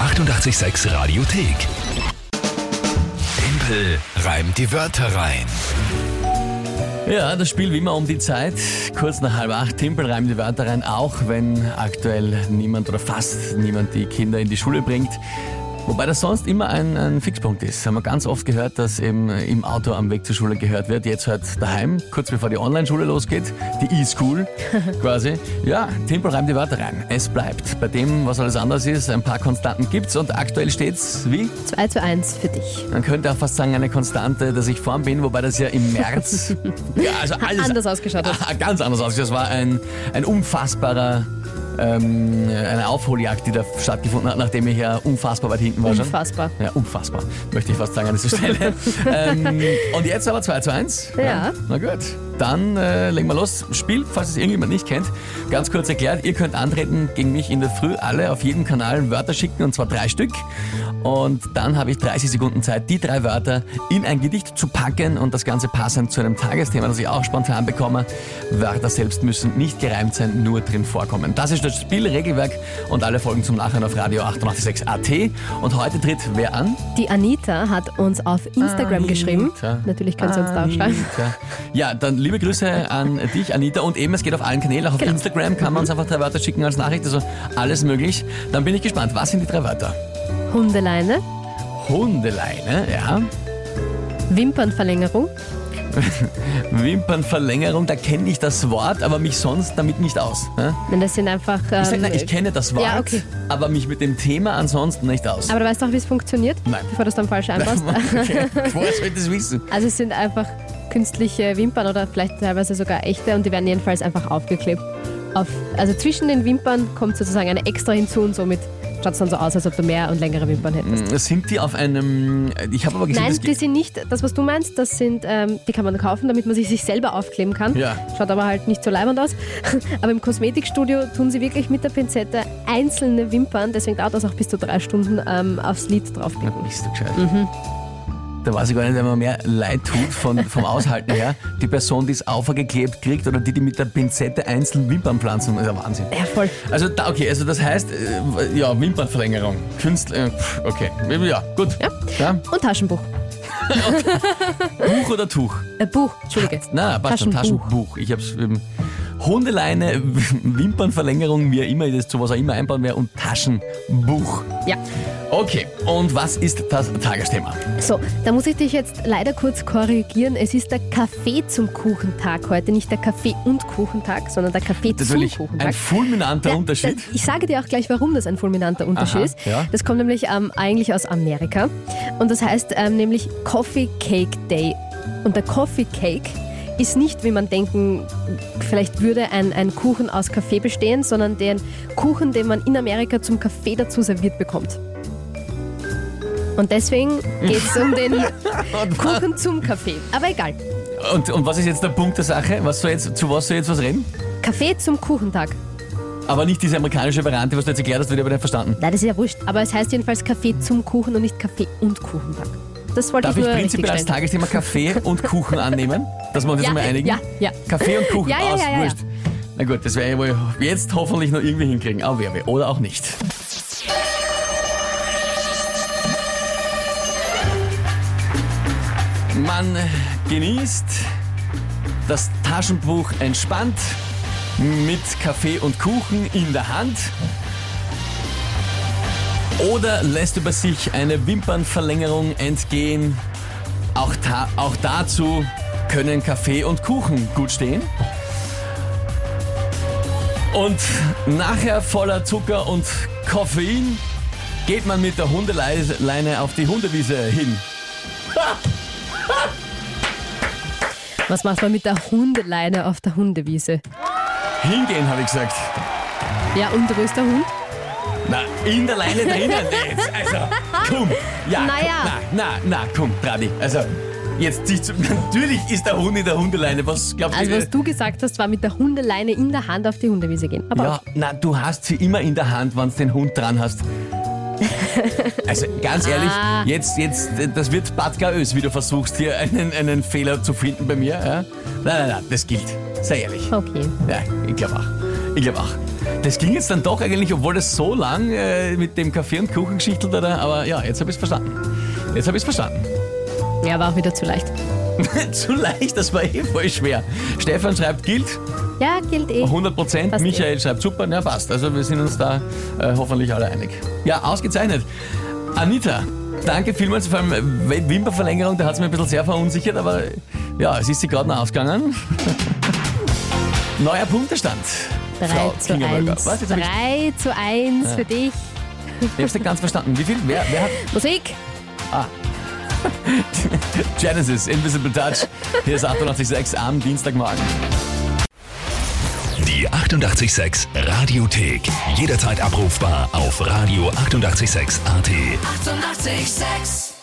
886 Radiothek. Tempel reimt die Wörter rein. Ja, das Spiel wie immer um die Zeit. Kurz nach halb acht. Timpel reimt die Wörter rein, auch wenn aktuell niemand oder fast niemand die Kinder in die Schule bringt. Wobei das sonst immer ein, ein Fixpunkt ist. Haben wir ganz oft gehört, dass eben im Auto am Weg zur Schule gehört wird. Jetzt halt daheim, kurz bevor die Online-Schule losgeht, die E-School quasi. Ja, Timpel reimt die Wörter rein. Es bleibt. Bei dem, was alles anders ist, ein paar Konstanten gibt's und aktuell steht's wie? 2 zu 1 für dich. Man könnte auch fast sagen, eine Konstante, dass ich vorn bin, wobei das ja im März ja, also alles Anders ausgeschaut hat. Ah, ganz anders aussieht. Das war ein, ein unfassbarer, ähm, eine Aufholjagd, die da stattgefunden hat, nachdem ich ja unfassbar weit hinten war Unfassbar. schon. Ja, unfassbar, möchte ich fast sagen an dieser Stelle. ähm, und jetzt aber 2 zu 1. Ja. Na gut, dann äh, legen wir los. Spiel, falls es irgendjemand nicht kennt, ganz kurz erklärt, ihr könnt antreten gegen mich in der Früh, alle auf jedem Kanal Wörter schicken und zwar drei Stück. Und dann habe ich 30 Sekunden Zeit, die drei Wörter in ein Gedicht zu packen und das Ganze passend zu einem Tagesthema, das ich auch spontan bekomme. Wörter selbst müssen nicht gereimt sein, nur drin vorkommen. Das ist das Spielregelwerk und alle Folgen zum Nachhören auf Radio 886 AT. Und heute tritt wer an? Die Anita hat uns auf Instagram Anita. geschrieben. Natürlich könnt ihr uns da auch schreiben. Anita. Hm, Ja, dann liebe Grüße an dich, Anita. Und eben, es geht auf allen Kanälen, auch Genau. auf Instagram kann man uns einfach drei Wörter schicken als Nachricht, also alles möglich. Dann bin ich gespannt, was sind die drei Wörter? Hundeleine, Hundeleine, ja. Wimpernverlängerung, Wimpernverlängerung, da kenne ich das Wort, aber mich sonst damit nicht aus. ne? Denn das sind einfach. Ich, sag, ähm, nein, ich kenne das Wort, Ja, okay. aber mich mit dem Thema ansonsten nicht aus. aber du weißt doch, wie es funktioniert, Nein. bevor du es dann falsch einbaust. okay. Woher soll ich das wissen? Also es sind einfach künstliche Wimpern oder vielleicht teilweise sogar echte und die werden jedenfalls einfach aufgeklebt. Auf, also zwischen den Wimpern kommt sozusagen eine extra hinzu und somit schaut es dann so aus, als ob du mehr und längere Wimpern hättest. Sind die auf einem. Ich habe aber gesehen, Nein, es die gibt. sind nicht, das was du meinst, das sind, ähm, die kann man kaufen, damit man sich, sich selber aufkleben kann. Ja. Schaut aber halt nicht so leibend aus. Aber im Kosmetikstudio tun sie wirklich mit der Pinzette einzelne Wimpern, deswegen dauert das auch bis zu drei Stunden ähm, aufs Lid Na, draufkleben. bist du gescheit. Mhm. Da weiß ich gar nicht, wenn man mehr leid tut von, vom Aushalten her. Die Person, die es aufergeklebt kriegt oder die, die mit der Pinzette einzeln Wimpern pflanzen, ist ja Wahnsinn. Ja, voll. Also, da, okay, also das heißt, äh, ja, Wimpernverlängerung. Künstler, äh, pff, okay. Ja, gut. Ja. Ja. Und Taschenbuch. Buch oder Tuch? Äh, Buch, Entschuldige. Na, passt schon, Taschenbuch. Taschenbuch. Ich hab's. Ähm, Hundeleine, Wimpernverlängerung, wie er immer das, zu was er immer einbauen wäre, und Taschenbuch. Ja. Okay, und was ist das Tagesthema? So, da muss ich dich jetzt leider kurz korrigieren. Es ist der Kaffee zum Kuchentag heute, nicht der Kaffee und Kuchentag, sondern der Kaffee zum Natürlich ein Kuchentag. fulminanter Ja, Unterschied. Das, ich sage dir auch gleich, warum das ein fulminanter Unterschied Aha, ist. ja. Das kommt nämlich ähm, eigentlich aus Amerika und das heißt ähm, nämlich Coffee Cake Day. Und der Coffee Cake ist nicht, wie man denken, vielleicht würde ein, ein Kuchen aus Kaffee bestehen, sondern den Kuchen, den man in Amerika zum Kaffee dazu serviert bekommt. Und deswegen geht es um den Kuchen zum Kaffee. Aber egal. Und, und was ist jetzt der Punkt der Sache? Was soll jetzt, zu was soll jetzt was reden? Kaffee zum Kuchentag. Aber nicht diese amerikanische Variante, was du jetzt erklärt hast, wird aber nicht verstanden. Nein, das ist ja wurscht. Aber es heißt jedenfalls Kaffee zum Kuchen und nicht Kaffee und Kuchentag. Das wollte Darf ich ich nur prinzipiell als richtig stellen. Tagesthema Kaffee und Kuchen annehmen? Dass wir uns jetzt Ja, mal einigen? ja, ja. Kaffee und Kuchen Ja, ja, aus, ja, ja, ja. wurscht. Na gut, das werde ich wohl jetzt hoffentlich noch irgendwie hinkriegen. Aber wer will, oder auch nicht. Man genießt das Taschenbuch entspannt mit Kaffee und Kuchen in der Hand. Oder lässt über sich eine Wimpernverlängerung entgehen. Auch, ta- auch dazu können Kaffee und Kuchen gut stehen. Und nachher voller Zucker und Koffein geht man mit der Hundeleine auf die Hundewiese hin. Was macht man mit der Hundeleine auf der Hundewiese? Hingehen, habe ich gesagt. Ja, und wo ist der Hund? Na, in der Leine drinnen jetzt. Also, komm. Ja, Naja. komm, na, na, na, komm, Tradi. Also, jetzt dich zu. Natürlich ist der Hund in der Hundeleine. Was glaubt Also ihr? was du gesagt hast, war mit der Hundeleine in der Hand auf die Hundewiese gehen. Aber Ja, na, du hast sie immer in der Hand, wenn du den Hund dran hast. Also ganz ehrlich, Ah. jetzt, jetzt, das wird Badgaös, wie du versuchst, hier einen, einen Fehler zu finden bei mir. Ja? Nein, nein, nein, das gilt. Sei ehrlich. okay. Ja, ich glaube auch. Ich glaube auch. Das ging jetzt dann doch eigentlich, obwohl das so lang äh, mit dem Kaffee- und Kuchengeschichtel da, da, aber ja, jetzt habe ich es verstanden. Jetzt habe ich es verstanden. Ja, war auch wieder zu leicht. Zu leicht, das war eh voll schwer. Stefan schreibt, gilt Ja, gilt eh. 100 Prozent. Passt Michael schreibt, super, na passt. Also wir sind uns da äh, hoffentlich alle einig. Ja, ausgezeichnet. Anita, danke vielmals. Vor allem äh, Wimperverlängerung, da hat es mir ein bisschen sehr verunsichert, aber äh, ja, es ist sie gerade noch ausgegangen. Neuer Punktestand. 3 Frau zu Kingerberger. 1. Was, jetzt habe ich, 3 zu 1 für dich. ich hab's nicht ganz verstanden. Wie viel? Wer, wer hat Musik. Genesis, Invisible Touch. Hier ist 886 am Dienstagmorgen. Die 886 Radiothek. Jederzeit abrufbar auf radio886.at. 886! 886